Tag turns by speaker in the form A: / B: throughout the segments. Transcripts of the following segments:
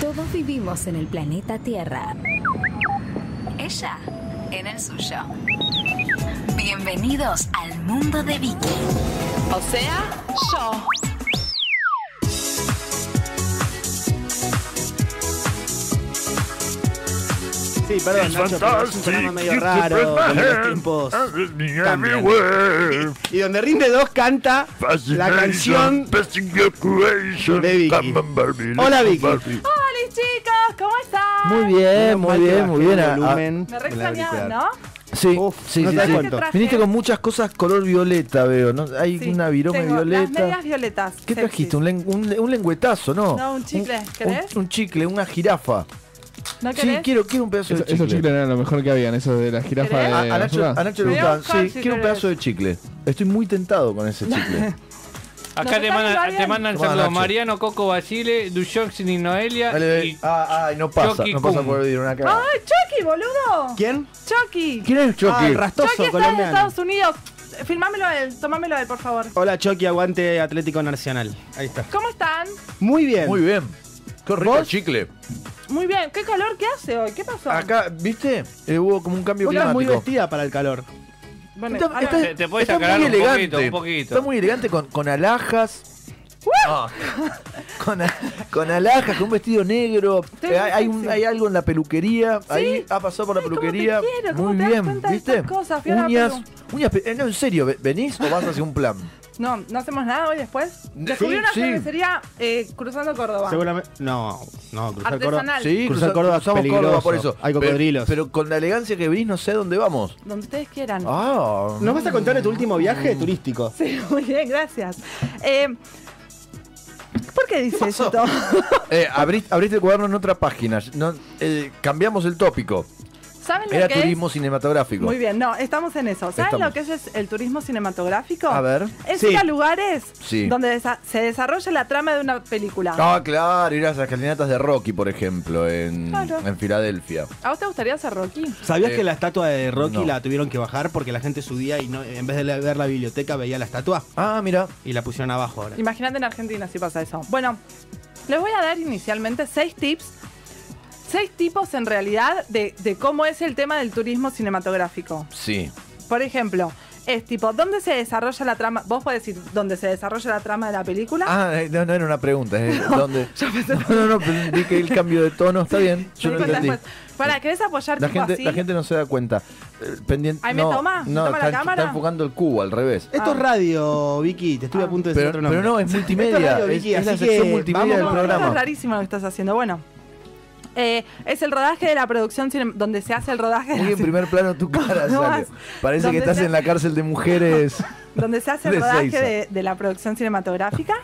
A: Todos vivimos en el planeta Tierra. Ella en el suyo. Bienvenidos al mundo de Vicky.
B: O sea, yo.
C: Sí, perdón, Nacho, pero es ¿eh? Ah, un programa medio raro, con los tiempos cambian. Y donde rinde dos canta la canción de Vicky. Hola, Vicky.
B: Hola chicos, ¿cómo están?
D: Muy bien, Eh, muy bien, muy bien. Ah,
B: Me re extrañaban, ¿no?
D: sí,
C: Uf,
D: sí,
C: no
D: sí,
C: te das
D: sí.
C: cuenta.
D: Viniste con muchas cosas color violeta, veo, ¿no? Hay
B: Sí,
D: una virome
B: tengo Las
D: violeta.
B: medias violetas.
D: ¿Qué
B: sexys.
D: trajiste? ¿Un, len- un, le- un lengüetazo, no?
B: No, un chicle, ¿querés?
D: Un, un chicle, una jirafa.
B: ¿No
D: Sí,
B: querés?
D: quiero, quiero un pedazo
E: Eso-
D: de chicle.
E: Esos chicles Ah, eran lo mejor que habían, esos de la jirafa
B: ¿Querés?
E: de.
D: A, a Nacho,
E: Azulá.
D: a Nacho le
B: Sí.
D: gustaban,
B: Voy a buscar
D: sí,
B: si
D: quiero un
B: querés.
D: pedazo de chicle. Estoy muy tentado con ese chicle.
F: Acá
B: ¿Nos
F: te
B: está
F: mandan,
B: Fabián?
F: te mandan
D: Toma,
F: saludos
D: Nacho.
F: Mariano, Coco Basile, Dujon y Noelia.
D: Dale, ve.
F: y
D: Ah, ay, no pasa,
F: Chucky
D: no pasa
F: Kun.
D: por vivir una cara.
B: ¡Ay, Ah, Chucky, boludo!
C: ¿Quién?
B: ¡Chucky!
D: ¿Quién es
C: Ah, el
D: Chucky?
B: Chucky
C: rastoso
B: está en
C: colombiano.
B: Estados Unidos. Filmámelo a él, tomámelo a él, por favor.
C: Hola, Chucky, aguante Atlético Nacional. Ahí está.
B: ¿Cómo están?
C: Muy bien.
D: Muy bien. Qué rico
C: ¿Vos?
D: el chicle.
B: Muy bien. ¿Qué calor que hace hoy? ¿Qué pasó?
D: Acá, ¿viste? Eh, hubo como un cambio
C: Vos estás muy
D: climático.
C: vestida para el calor.
B: Bueno,
D: Está-
B: ahora-
D: está-
F: Te- te podés
D: está
F: aclarar
D: muy
F: un
D: elegante.
F: poquito, un poquito.
D: Está muy elegante con, con alhajas. Ah. con, a- con alhajas, con un vestido negro.
B: Te
D: Eh, hay, hay
B: ves
D: un-
B: sexy.
D: hay algo en la peluquería. Ahí ha pasado por la
B: Ay, cómo te
D: peluquería.
B: quiero, cómo
D: muy
B: te das
D: bien,
B: cuenta de
D: ¿viste?
B: estas cosas. Fui a la
D: uñas,
B: pelu.
D: uñas. pe- eh, no, en serio, ve- ¿venís o vas hacia un plan?
B: No, no hacemos nada hoy después. Descubrí
D: Sí,
B: una
D: sí.
B: cervecería eh, cruzando Córdoba.
C: Seguramente. No, no, cruzar Córdoba.
B: Artesanal.
D: Sí,
C: Cruzar Córdoba es
D: cruzamos Córdoba por
C: peligroso.
D: eso.
C: Hay cocodrilos.
D: Pero, pero con la elegancia que venís, no sé a dónde vamos.
B: Donde ustedes quieran.
D: Ah,
C: ¿Nos vas a contar de tu último
D: Mm.
C: viaje turístico?
B: Sí, muy bien, gracias. Eh, ¿Por qué dice
D: pasó?
B: esto?
D: Eh, abrí- abriste el cuaderno en otra página. No, eh, cambiamos el tópico.
B: ¿Saben lo
D: Era
B: que
D: turismo
B: es?
D: cinematográfico.
B: Muy bien, no, estamos en eso. ¿Saben
D: Estamos.
B: lo que es, es el turismo cinematográfico?
D: A ver.
B: Es
C: Sí.
B: ir a lugares
D: Sí.
B: donde desa- se desarrolla la trama de una película.
D: Ah, claro, ir a las escalinatas de Rocky, por ejemplo, en,
B: Claro.
D: en Filadelfia.
B: ¿A vos te gustaría ser Rocky?
C: ¿Sabías
D: Eh,
C: que la estatua de Rocky
D: no.
C: la tuvieron que bajar porque la gente subía y no, en vez de la- ver la biblioteca veía la estatua
D: Ah, mira.
C: y la pusieron abajo ahora?
B: Imagínate en Argentina si pasa eso. Bueno, les voy a dar inicialmente seis tips. Seis tipos en realidad de, de cómo es el tema del turismo cinematográfico.
D: Sí.
B: Por ejemplo, es tipo, ¿dónde se desarrolla la trama? Vos podés decir, ¿dónde se desarrolla la trama de la película?
D: Ah, eh, no, no era una pregunta. eh, ¿Dónde? No, no, no, pero vi que el cambio de tono está bien. Yo
B: Me
D: no
B: di cuenta
D: entendí.
B: después. Pará, ¿querés apoyar
D: La
B: tipo
D: gente,
B: así?
D: la gente no se da cuenta. Eh, Pendiente.
B: Ay, ¿me
D: no,
B: toma? ¿Me
D: No,
B: toma la
D: está,
B: cámara?
D: está enfocando el cubo al revés.
C: Esto es radio, Vicky, te estuve
B: Ah.
C: a punto de decir
D: Pero,
C: otro nombre.
D: pero no, es multimedia.
C: Esto es radio,
D: es,
C: Vicky,
D: es la
C: así
D: sección
C: que
D: multimedia
C: vamos
D: del
B: No, esto es
D: programa.
B: rarísimo lo que estás haciendo. Bueno, eh, es el rodaje de la producción cine- donde se hace el rodaje de la
D: Muy en
B: cine-
D: primer plano tu cara
B: No,
D: sale.
B: es-
D: Parece
B: donde
D: que estás
B: se-
D: en la cárcel de mujeres.
B: donde se hace el
D: de
B: rodaje
D: Ezeiza.
B: de, de la producción cinematográfica.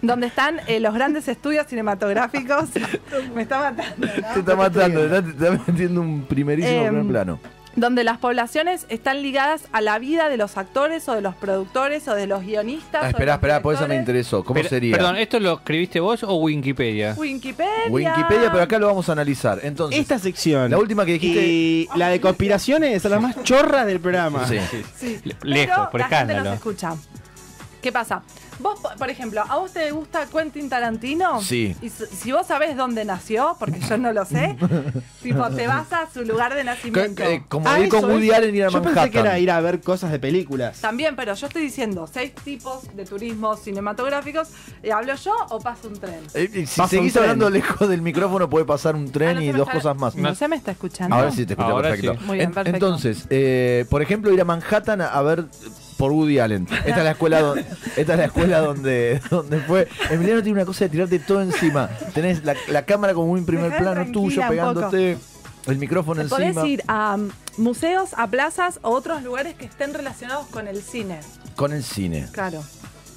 B: Donde están eh, los grandes estudios cinematográficos. Me está matando. ¿no?
D: Te está matando, está- te está metiendo un primerísimo
B: Em,
D: primer plano.
B: Donde las poblaciones están ligadas a la vida de los actores o de los productores o de los guionistas.
D: Ah,
B: o de
D: esperá,
B: los
D: esperá, por eso me
B: directores.
D: interesó. ¿Cómo
F: Pero-
D: sería?
F: Perdón, ¿esto lo escribiste vos o Wikipedia?
B: Wikipedia.
D: Wikipedia, pero acá lo vamos a analizar. Entonces,
C: Esta sección.
D: La última que dijiste-
C: Y la de conspiraciones son las más chorras del programa.
D: Sí.
B: Sí.
F: Le- lejos, por
B: la gente
F: escándalo.
B: nos escucha. ¿Qué pasa? Vos, po- por ejemplo, ¿a vos te gusta Quentin Tarantino?
D: Sí.
B: Y s- si vos sabés dónde nació, porque yo no lo sé, tipo, te vas a su lugar de nacimiento.
D: Co- eh, como
C: Ah,
D: ir con
C: eso
D: Woody
C: es.
D: Allen y ir a
C: Yo
D: Manhattan.
C: pensé que era ir a ver cosas de películas.
B: También, pero yo estoy diciendo seis tipos de turismo cinematográficos. ¿Y ¿Hablo yo o paso un tren?
D: Eh, eh, si
C: Pasa un
D: seguís
C: tren.
D: hablando lejos del micrófono, puede pasar un
B: Ah,
D: tren
B: no se
D: y
B: me
D: dos
B: está-
D: cosas más.
B: No se me está escuchando.
D: Ahora sí te escucho
F: Ahora
D: perfecto.
F: sí.
B: Muy bien,
D: En-
B: perfecto.
D: Entonces, eh, por ejemplo, ir a Manhattan a, a ver eh, por Woody Allen. Esta es la escuela donde, esta es la escuela donde, donde fue. Emiliano tiene una cosa de tirarte todo encima. Tenés la, la cámara como un primer
B: Dejá
D: plano
B: tranquila
D: tuyo
B: un
D: pegándote, el micrófono
B: Podés
D: encima.
B: ir a um, museos, a plazas o otros lugares que estén relacionados con el cine.
D: Con el cine.
B: Claro.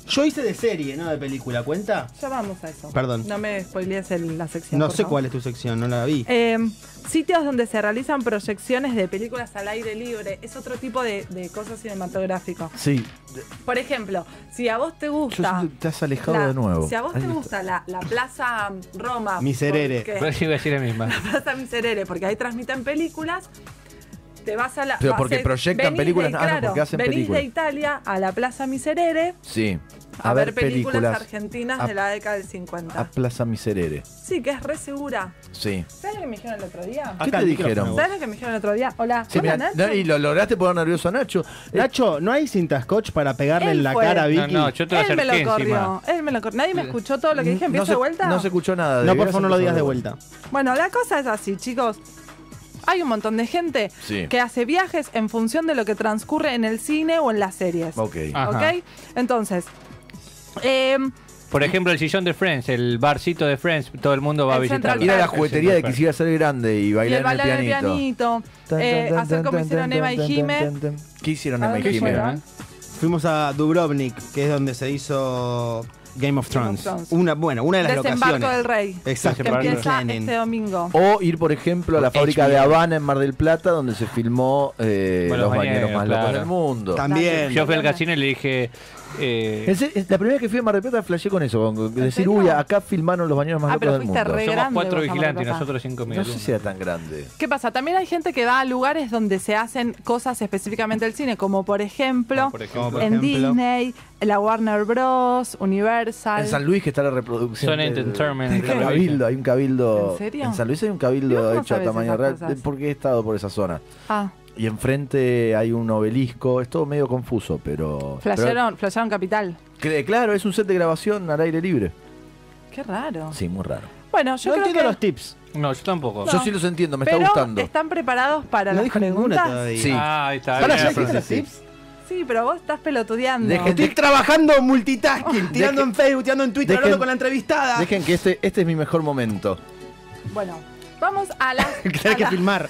C: Yo hice de serie, no de película. ¿Cuenta?
B: Ya vamos a eso.
C: Perdón.
B: No me spoilees el- la sección.
C: No
B: por
C: sé
B: favor.
C: cuál es tu sección, no la vi.
B: Eh, sitios donde se realizan proyecciones de películas al aire libre. Es otro tipo de, de cosas cinematográficas.
D: Sí.
B: Por ejemplo, si a vos te
D: Yo
B: gusta.
D: siento que te has alejado
B: la-
D: de nuevo.
B: Si a vos
D: Ahí
B: te
D: está.
B: gusta la, la Plaza Roma.
C: Miserere.
B: porque-
F: Pero sí iba a decir la misma.
B: Plaza Miserere, porque ahí transmiten películas. Te vas a la.
D: Pero
B: vas
D: porque
B: a-
D: proyectan
B: venís
D: películas,
B: de-
D: ah, no,
B: claro,
D: porque hacen
B: venís
D: películas.
B: de Italia a la Plaza Miserere.
D: Sí.
B: a, ver películas, argentinas
D: a-
B: de la década del 50.
D: A Plaza Miserere.
B: sí, que es re segura.
D: Sí.
B: ¿Sabes lo que me dijeron el otro día?
D: ¿Qué
C: Acá
D: te
C: el micrófono,
D: dijeron?
C: vos.
B: ¿Sabes lo que me dijeron el otro día? Hola,
D: Sí,
B: hola
D: mirá,
B: Nacho.
D: no, y lo lograste poner nervioso a Nacho.
C: Nacho, ¿no hay cinta scotch para pegarle
B: eh. Él
C: en la
B: fue.
C: cara a
F: No,
C: Vicky?
F: no, yo te lo
B: Él me
F: acerqué
B: lo
F: encima.
B: corrió. Él me lo corrió. Nadie me escuchó todo lo que dije.
D: no
B: ¿Empiezo
D: se,
B: de vuelta?
D: No se escuchó nada.
C: No, por
D: deberías
C: favor, no lo digas
D: empezar
C: de vuelta.
B: Bueno, la cosa es así, chicos. Hay un montón de gente
D: Sí.
B: que hace viajes en función de lo que transcurre en el cine o en las series.
D: Ok.
F: Ah. Ajá.
B: ¿Ok? Entonces, eh,
F: Por ejemplo, el sillón de Friends, el barcito de Friends, todo el mundo va a
B: El Central
F: visitar.
D: Ir a la
B: Park.
D: juguetería de quisiera ser grande y
B: y el
D: bailar
B: bailar
D: en
B: en el pianito,
D: Tan,
B: eh,
D: tan,
B: hacer
D: tan,
B: como
D: tan,
B: hicieron
D: tan,
B: Emma y
D: tan,
B: Jime.
D: tan, tan, tan. ¿Qué hicieron
B: ¿A
D: Emma y ¿eh?
B: dónde
D: Jime?
B: fueron?
C: Fuimos a Dubrovnik, que es donde se hizo Game of
B: Game of
C: Thrones.
B: Thrones.
C: Una, bueno, una de las
B: Desembarco
C: locaciones.
B: del Rey.
C: Exacto.
B: Que empieza este domingo.
D: O ir, por ejemplo, a la
C: O
D: fábrica de
C: HBO.
D: Habana en Mar del Plata, donde se filmó eh,
F: Bueno,
D: Los
F: los
D: bañeros
F: bañeros,
D: más locos
F: claro.
D: del mundo.
C: También.
F: Yo fui al casino y le dije. eh,
D: En serio, es la primera vez que fui a Mar del Plata flasheé con eso, con- con
B: ¿En
D: decir,
B: serio?
D: uy, acá filmaron los bañeros más
B: Ah,
D: locos
B: pero
D: del
B: fuiste
D: mundo.
B: re
F: somos
B: grande,
F: cuatro
B: vos, Amor
F: vigilantes y
B: Papá.
F: nosotros cinco
D: No sé
F: medialunas.
D: si era tan grande.
B: ¿Qué pasa? También hay gente que va a lugares donde se hacen cosas específicamente del cine, como por ejemplo,
F: Por ejemplo,
C: Ah, por
B: en
C: ejemplo.
B: Disney, la Warner Bros, Universal.
D: En San Luis que está la reproducción.
F: Son
D: del-
F: entertainment,
D: del
F: ¿qué?
D: cabildo, hay un cabildo.
B: ¿En serio?
D: San Luis hay un
B: ¿Y vos
D: cabildo
B: cómo
D: hecho a
B: sabés
D: tamaño
B: esas
D: real.
B: cosas?
D: Porque he estado por esa zona.
B: Ah,
D: Y enfrente hay un obelisco. Es todo medio confuso, pero. pero-
B: flashearon, flashearon Capital.
D: que- claro, es un set de grabación al aire libre.
B: Qué raro.
D: Sí, muy raro.
B: Bueno, yo
C: no
B: creo
C: entiendo
B: que
C: los tips.
F: No, yo tampoco.
D: Yo sí los entiendo, me
B: pero
D: está gustando.
B: están preparados para
C: No
B: las
C: dijo ninguno
B: preguntas.
C: todavía.
D: Sí.
F: Ah, ahí está.
C: Pará,
F: ahí
C: ¿ya
F: está.
C: dijiste los tips?
B: Sí, pero vos estás pelotudeando.
D: Dejen-
C: Estoy trabajando multitasking, tirando
D: Dejen-
C: en Facebook, tirando en Twitter,
D: dejen-
C: hablando con la entrevistada.
D: Dejen que este, este es mi mejor momento.
B: Bueno, vamos a las.
C: que hay
B: a
C: que
B: la-
C: filmar.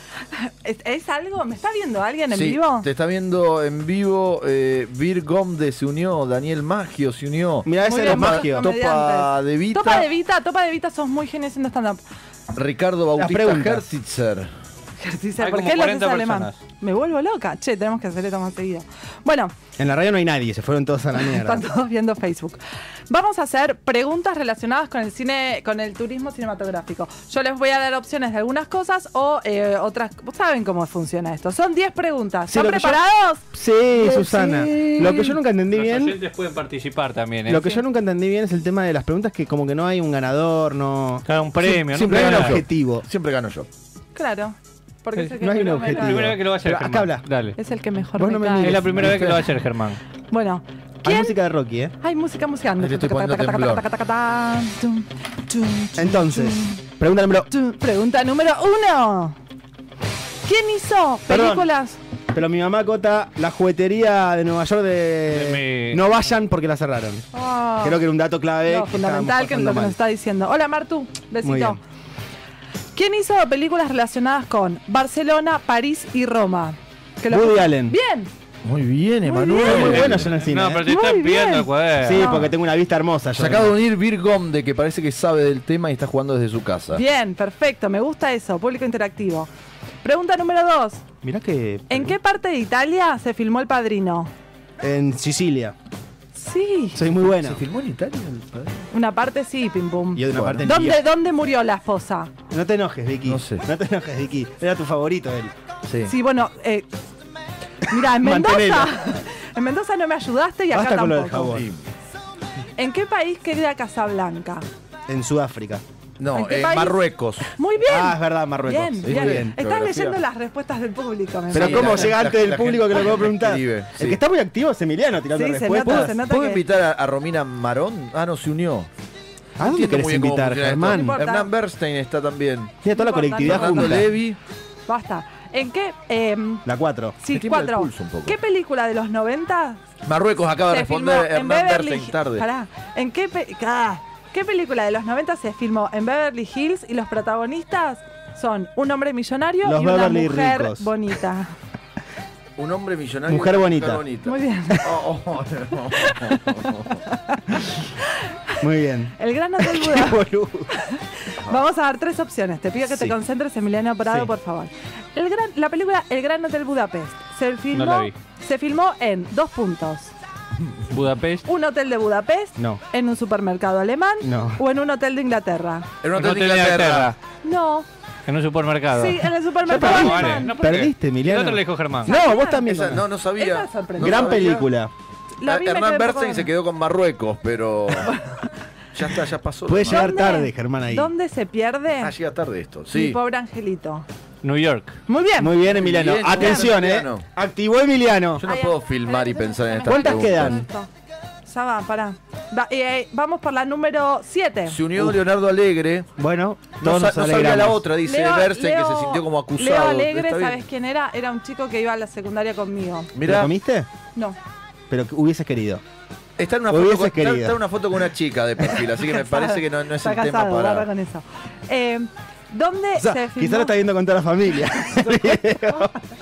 B: ¿Es, es algo? ¿Me está viendo alguien en
D: Sí,
B: vivo?
D: Te está viendo en vivo. eh, Vir Gómez se unió, Daniel Maggio se unió.
C: Mirá,
B: Muy
C: ese era
B: bien, vos,
C: magio.
B: Tom-
D: Topa de Vita,
B: Topa de Vita, Topa de Vita, sos muy genio haciendo stand-up.
D: Ricardo Bautista
C: pregunta.
D: Herzitzer.
B: Ejercicio,
F: Hay
B: ¿Por
F: como
B: qué lo haces
F: 40
B: alemán?
F: personas.
B: Me vuelvo loca. Che, tenemos que hacer esto más seguido. Bueno,
C: En la radio no hay nadie, se fueron todos a la mierda.
B: están todos viendo Facebook. Vamos a hacer preguntas relacionadas con el cine, con el turismo cinematográfico. Yo les voy a dar opciones de algunas cosas o eh, otras. Vos saben cómo funciona esto. Son 10 preguntas.
C: Sí, lo
B: ¿Están
C: que yo-
B: preparados?
C: Sí, Susana. Lo que yo nunca entendí
F: Los
C: bien.
F: oyentes pueden participar también. ¿eh?
C: Lo que yo nunca entendí bien es el tema de las preguntas que como que no hay un ganador, no.
F: Claro, un premio.
D: Siempre
F: nunca
D: gano
F: nada.
D: yo.
C: objetivo.
D: Siempre gano yo.
B: Claro. Porque es el que
C: No hay un
B: mejor me
C: objetivo.
B: cae.
F: Primera vez que lo va a hacer.
C: Pero acá
F: Germán.
C: habla.
F: Dale.
B: Es el que mejor
C: Vos
B: me,
C: no me
B: cae.
F: Es
C: mires.
F: la primera vez que lo va a hacer Germán.
B: Bueno,
C: Hay
B: ¿quién?
C: música de Rocky, ¿eh?
B: Hay música, música.
D: Le estoy poniendo temblor.
B: Tum, tum, tum.
C: Entonces, pregunta número.
B: Tu- Pregunta número uno. ¿Quién hizo
C: Perdón.
B: películas?
C: Pero mi mamá cota la juguetería de Nueva York de.
F: De mi-
C: No vayan porque la cerraron.
B: Oh,
C: Creo que era un dato clave.
B: no,
C: Ah. que
B: fundamental
C: estábamos
B: que es lo
C: pasando
B: que nos
C: mal.
B: está diciendo. Hola Martu,
C: Muy
B: besito.
C: bien.
B: ¿Quién hizo películas relacionadas con Barcelona, París y Roma? Que lo-
C: Woody Allen.
B: Bien,
D: Muy bien,
C: Fue muy
D: Emanuel.
C: bueno yo en el cine.
F: No,
C: ¿eh?
F: pero te
B: Muy
F: están
B: bien.
F: pidiendo el cuaderno.
C: Sí,
B: No.
C: porque tengo una vista hermosa.
D: Se
C: Yo
D: acaba de unir Vir Gomde, que parece que sabe del tema y está jugando desde su casa.
B: bien, perfecto, me gusta eso, público interactivo. Pregunta número dos.
C: Mirá que.
B: ¿En qué parte de Italia se filmó El Padrino?
C: En Sicilia.
B: Sí,
C: Soy muy buena.
D: ¿Se filmó en Italia?
B: una parte sí, pim pum.
C: Y de una
D: Bueno.
C: parte en
B: ¿Dónde,
C: Libia.
B: ¿Dónde murió la esposa?
C: No te enojes, Vicky.
D: No sé.
C: No te enojes, Vicky. Era tu favorito él.
D: Sí.
B: Sí, bueno, eh, mira, en Mendoza,
C: Mantenelo.
B: en Mendoza no me ayudaste y acá
C: Basta con lo del
B: tampoco.
C: jabón.
B: ¿En qué país queda Casablanca?
C: En Sudáfrica.
D: No,
B: ¿En qué
D: eh,
B: país?
D: Marruecos.
B: Muy bien.
C: Ah, es verdad, Marruecos.
B: Bien,
C: Sí,
B: bien.
C: muy
D: bien.
B: Estás
D: Geografía.
B: leyendo las respuestas del público, me
C: Pero
D: Sí,
C: ¿cómo
D: la-
C: llega
D: la-
C: antes
D: la-
C: del
D: la
C: público que lo puedo preguntar?
D: escribe, sí.
C: El que está muy activo es Emiliano tirando
B: Sí, se nota,
C: respuestas.
B: se nota.
D: ¿Puedo
B: que-
D: invitar a, a Romina Marón? Ah, no, se unió.
C: ¿A dónde
D: Entiendo
C: querés
D: muy bien cómo
C: invitar,
D: funciona esto.
C: Germán?
B: No importa.
D: Hernán Bernstein está también.
C: Tiene toda la
B: No importa,
C: colectividad
B: no
D: Fernando
C: junta.
D: Levi.
B: Basta. ¿En qué? em,
C: La 4.
B: sí,
D: Me tiembla el
B: cuatro.
D: pulso un poco.
B: ¿Qué película de los 90
D: Marruecos acaba de
B: se filmó
D: responder
B: en
D: Hernán
B: Beverly
D: Bernstein tarde.
B: Pará, ¿En qué, pe- ah, qué película de los 90 se filmó en Beverly Hills y los protagonistas son un hombre millonario
C: Los
B: y una
C: Beverly
B: mujer
C: ricos.
B: bonita?
D: Un hombre millonario.
C: Mujer
D: y una
C: bonita.
B: Muy bien.
D: Oh, oh, no.
C: Muy bien.
B: El gran hotel Budapest.
C: Boludo.
B: Vamos a dar tres opciones. Te pido que te
D: Sí.
B: concentres, Emiliano Prado,
C: Sí.
B: por favor. El gran, la película El Gran Hotel Budapest se filmó,
F: la vi.
B: se filmó en dos puntos.
F: Budapest.
B: Un hotel de Budapest,
C: No.
B: en un supermercado alemán
C: No.
B: o en un hotel de Inglaterra.
D: Era
F: En
D: un
F: un hotel de Inglaterra.
B: No,
F: En un
C: Ah,
F: supermercado.
B: sí, en el supermercado
C: perdiste.
F: Vale,
B: alemán.
F: no, ¿por qué?
C: Perdiste, Emiliano.
F: El otro le dijo Germán.
C: No, vos también.
D: Esa,
C: Germán.
D: no, no sabía.
B: Esa es sorprendente.
D: No
C: Gran
D: sabía.
C: película.
B: la vi, me quedé
D: Hernán
B: un poco-
D: Bernstein se quedó con Marruecos, pero. ya está, ya pasó.
C: Puede
D: ¿no?
C: llegar
B: ¿Dónde?
C: tarde, Germán, ahí.
B: ¿Dónde se pierde?
D: Ah, llega tarde esto.
B: Mi
D: Sí.
B: pobre angelito.
F: New York.
B: Muy bien.
C: Muy bien, Emiliano.
D: Bien,
C: Atención,
D: bien,
C: eh.
D: Emiliano.
C: Activó Emiliano.
D: Yo no puedo filmar y pensar en estas
C: ¿Cuántas
D: preguntas.
C: quedan?
B: Ya va, pará. Va, eh, eh, vamos por la número 7.
G: Se unió Leonardo Alegre.
C: Bueno,
D: No,
C: todos
D: sa-
C: nos
D: no sabía la
C: alegramos.
D: otra, dice Bernstein, que se sintió como acusado.
B: Leo Alegre,
D: Está bien.
B: ¿sabes quién era? Era un chico que iba a la secundaria conmigo.
C: ¿Lo
D: Mirá,
C: comiste?
B: No.
C: Pero que hubieses querido.
D: está en, una
C: Hubieses
D: foto con, está-
C: querido.
D: está en una foto con una chica de perfil, así que me parece que no, no es
B: Está
D: el tema
B: casado, guarda
D: para.
B: con eso. Eh, ¿Dónde,
C: O sea,
B: se filmó-
C: quizás lo está viendo con toda la familia.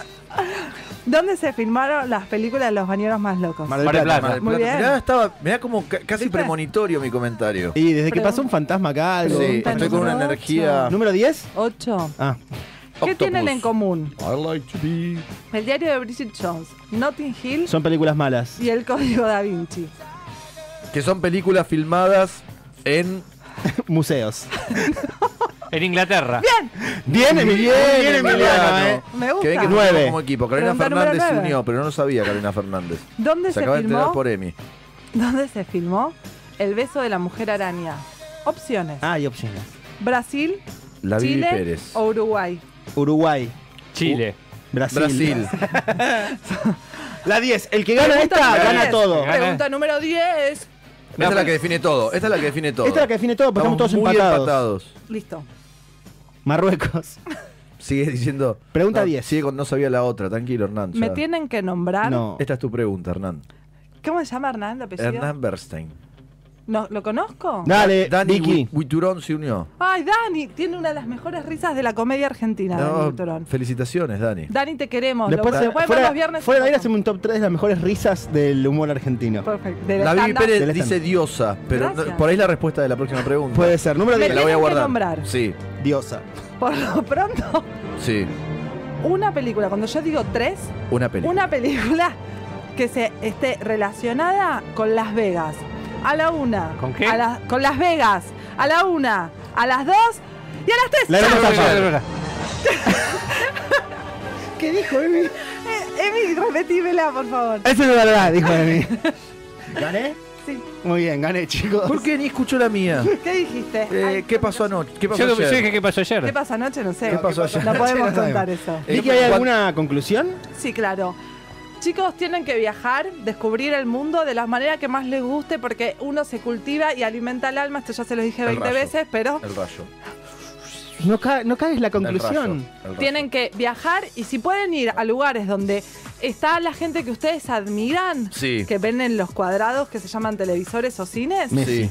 B: ¿Dónde se filmaron las películas de los bañeros más locos?
C: Mar del
F: Mar del
C: Plata.
F: Plata.
B: Muy bien.
D: Mirá, estaba, mirá como ca- casi
B: ¿Viste?
D: premonitorio mi comentario.
C: Y desde que
B: Pregunta.
C: pasó un fantasma acá, algo.
D: Sí,
B: Pregunta
D: estoy con una
B: número
D: energía.
C: ¿Número 10?
B: 8.
C: Ah,
B: ¿Qué
D: Octopus.
B: tienen en común?
D: I like to be-
B: El diario de Bridget Jones, Notting Hill
C: son películas malas.
B: y El Código Da Vinci.
D: Que son películas filmadas en.
C: Museos.
F: En Inglaterra.
C: Bien, Emiliano. Bien, Emiliano, eh.
B: Me gusta.
D: Que ven que
C: Nueve.
D: nueve. como equipo. Carolina
B: Pregunta número
D: Fernández se
B: nueve.
D: unió, pero no lo sabía Carolina Fernández.
B: ¿Dónde
D: Se
B: se,
D: acaba de enterar
B: filmó?
D: por Emi.
B: ¿Dónde se filmó? El beso de la mujer araña. Opciones.
C: Ah, y opciones.
B: Brasil,
D: La Vivi
B: Chile
D: Pérez.
B: o Uruguay.
C: Uruguay,
F: Chile.
C: Brasil.
D: Brasil.
C: La 10. El que gana
B: Pregunta
C: esta,
B: número
C: gana
B: 10.
C: todo.
F: Gana.
B: Pregunta número 10.
D: Esta es la que define todo. Esta es la que define todo.
C: Esta es la que define todo, porque estamos, todos
D: muy
C: empatados.
B: Listo.
C: Marruecos.
D: Sigue diciendo.
C: Pregunta
D: no,
C: 10.
D: Sigue con no sabía la otra. Tranquilo, Hernán. ya.
B: Me tienen que nombrar.
C: No.
D: Esta es tu pregunta, Hernán.
B: ¿Cómo se llama Hernán de apellido?
D: Hernán Bernstein.
B: No, ¿Lo conozco?
C: Dale,
D: Dani
C: Vicky.
D: Wi- Witurón se unió.
B: Ay, Dani, tiene una de las mejores risas de la comedia argentina,
D: No,
B: Dani Turón.
D: felicitaciones, Dani.
B: Dani, te queremos.
C: Después,
B: lo,
C: eh,
B: lo pueden ver
C: fuera,
B: los viernes.
C: fuera de aire hacemos un top 3 de las mejores risas del humor argentino.
B: Perfecto. De
D: La Vivi
B: stand-up.
D: Pérez
C: Del
D: dice
C: stand-up.
D: diosa, pero
B: Gracias.
D: no- por ahí la respuesta de la próxima pregunta.
C: Puede ser. Número
B: Me
D: Me
C: 10.
D: la voy a
B: tienen que
D: guardar.
B: nombrar.
D: Sí,
C: Diosa.
B: Por lo pronto,
D: sí.
B: una película. Cuando yo digo tres,
D: Una película.
B: una película que se esté relacionada con Las Vegas. A la una.
F: ¿Con qué?
B: a la- con Las Vegas. A la una. A las dos. Y a las tres.
C: La
B: ¡Ya!
C: hermosa Fabio.
B: ¿Qué dijo Emi? Eh, Emi, repetímela, por favor.
C: Esa es la verdad, dijo de mí. ¿Gané?
B: Sí.
C: Muy bien, gané, chicos.
D: ¿Por qué ni escuchó la mía?
B: ¿Qué dijiste?
D: Eh,
B: Ay,
D: ¿Qué pasó anoche? ¿Qué pasó
F: Yo, yo
D: ayer?
F: dije qué pasó ayer.
B: ¿Qué pasó anoche? No sé.
D: ¿Qué pasó ayer?
B: No podemos
C: No sabemos.
B: contar eso.
D: Eh,
C: Vicky, ¿hay alguna conclusión?
B: Sí, claro. Chicos, tienen que viajar, descubrir el mundo de la manera que más les guste, porque uno se cultiva y alimenta el alma. Esto ya se los dije
D: El
B: 20
D: rayo.
B: veces, pero
D: El rayo.
C: No, ca- no caes la
D: El
C: conclusión.
D: rayo, el rayo.
B: tienen que viajar y si pueden ir a lugares donde está la gente que ustedes admiran,
D: Sí.
B: que ven en los cuadrados que se llaman televisores o cines.
D: Sí.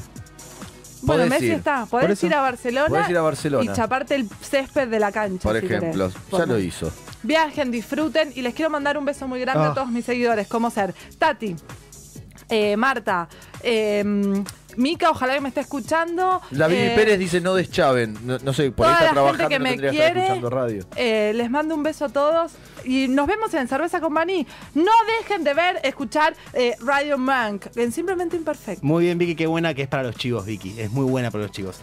B: bueno,
D: podés
B: Messi
D: ir.
B: está.
C: Por
B: Podés
C: eso.
B: ir a Barcelona.
D: Podés ir a Barcelona.
B: Y chaparte el césped de la cancha.
D: Por
B: si querés.
D: ejemplo, ya
B: Por-
D: lo hizo.
B: Viajen, disfruten y les quiero mandar un beso muy grande
C: Ah.
B: a todos mis seguidores, como ser Tati, eh, Marta, eh, Mica, ojalá que me esté escuchando.
D: La Vivi
B: Eh,
D: Pérez dice no deschaven. No, no sé, por ahí está
B: toda la gente
D: trabajando,
B: que
D: no
B: me
D: tendría que
B: quiere.
D: estar escuchando radio.
B: eh, les mando un beso a todos y nos vemos en Cerveza con Baní. No dejen de ver, escuchar eh, Radio Monk en Simplemente Imperfecto.
C: Muy bien, Vicky, qué buena que es para los chicos, Vicky. Es muy buena para los chicos.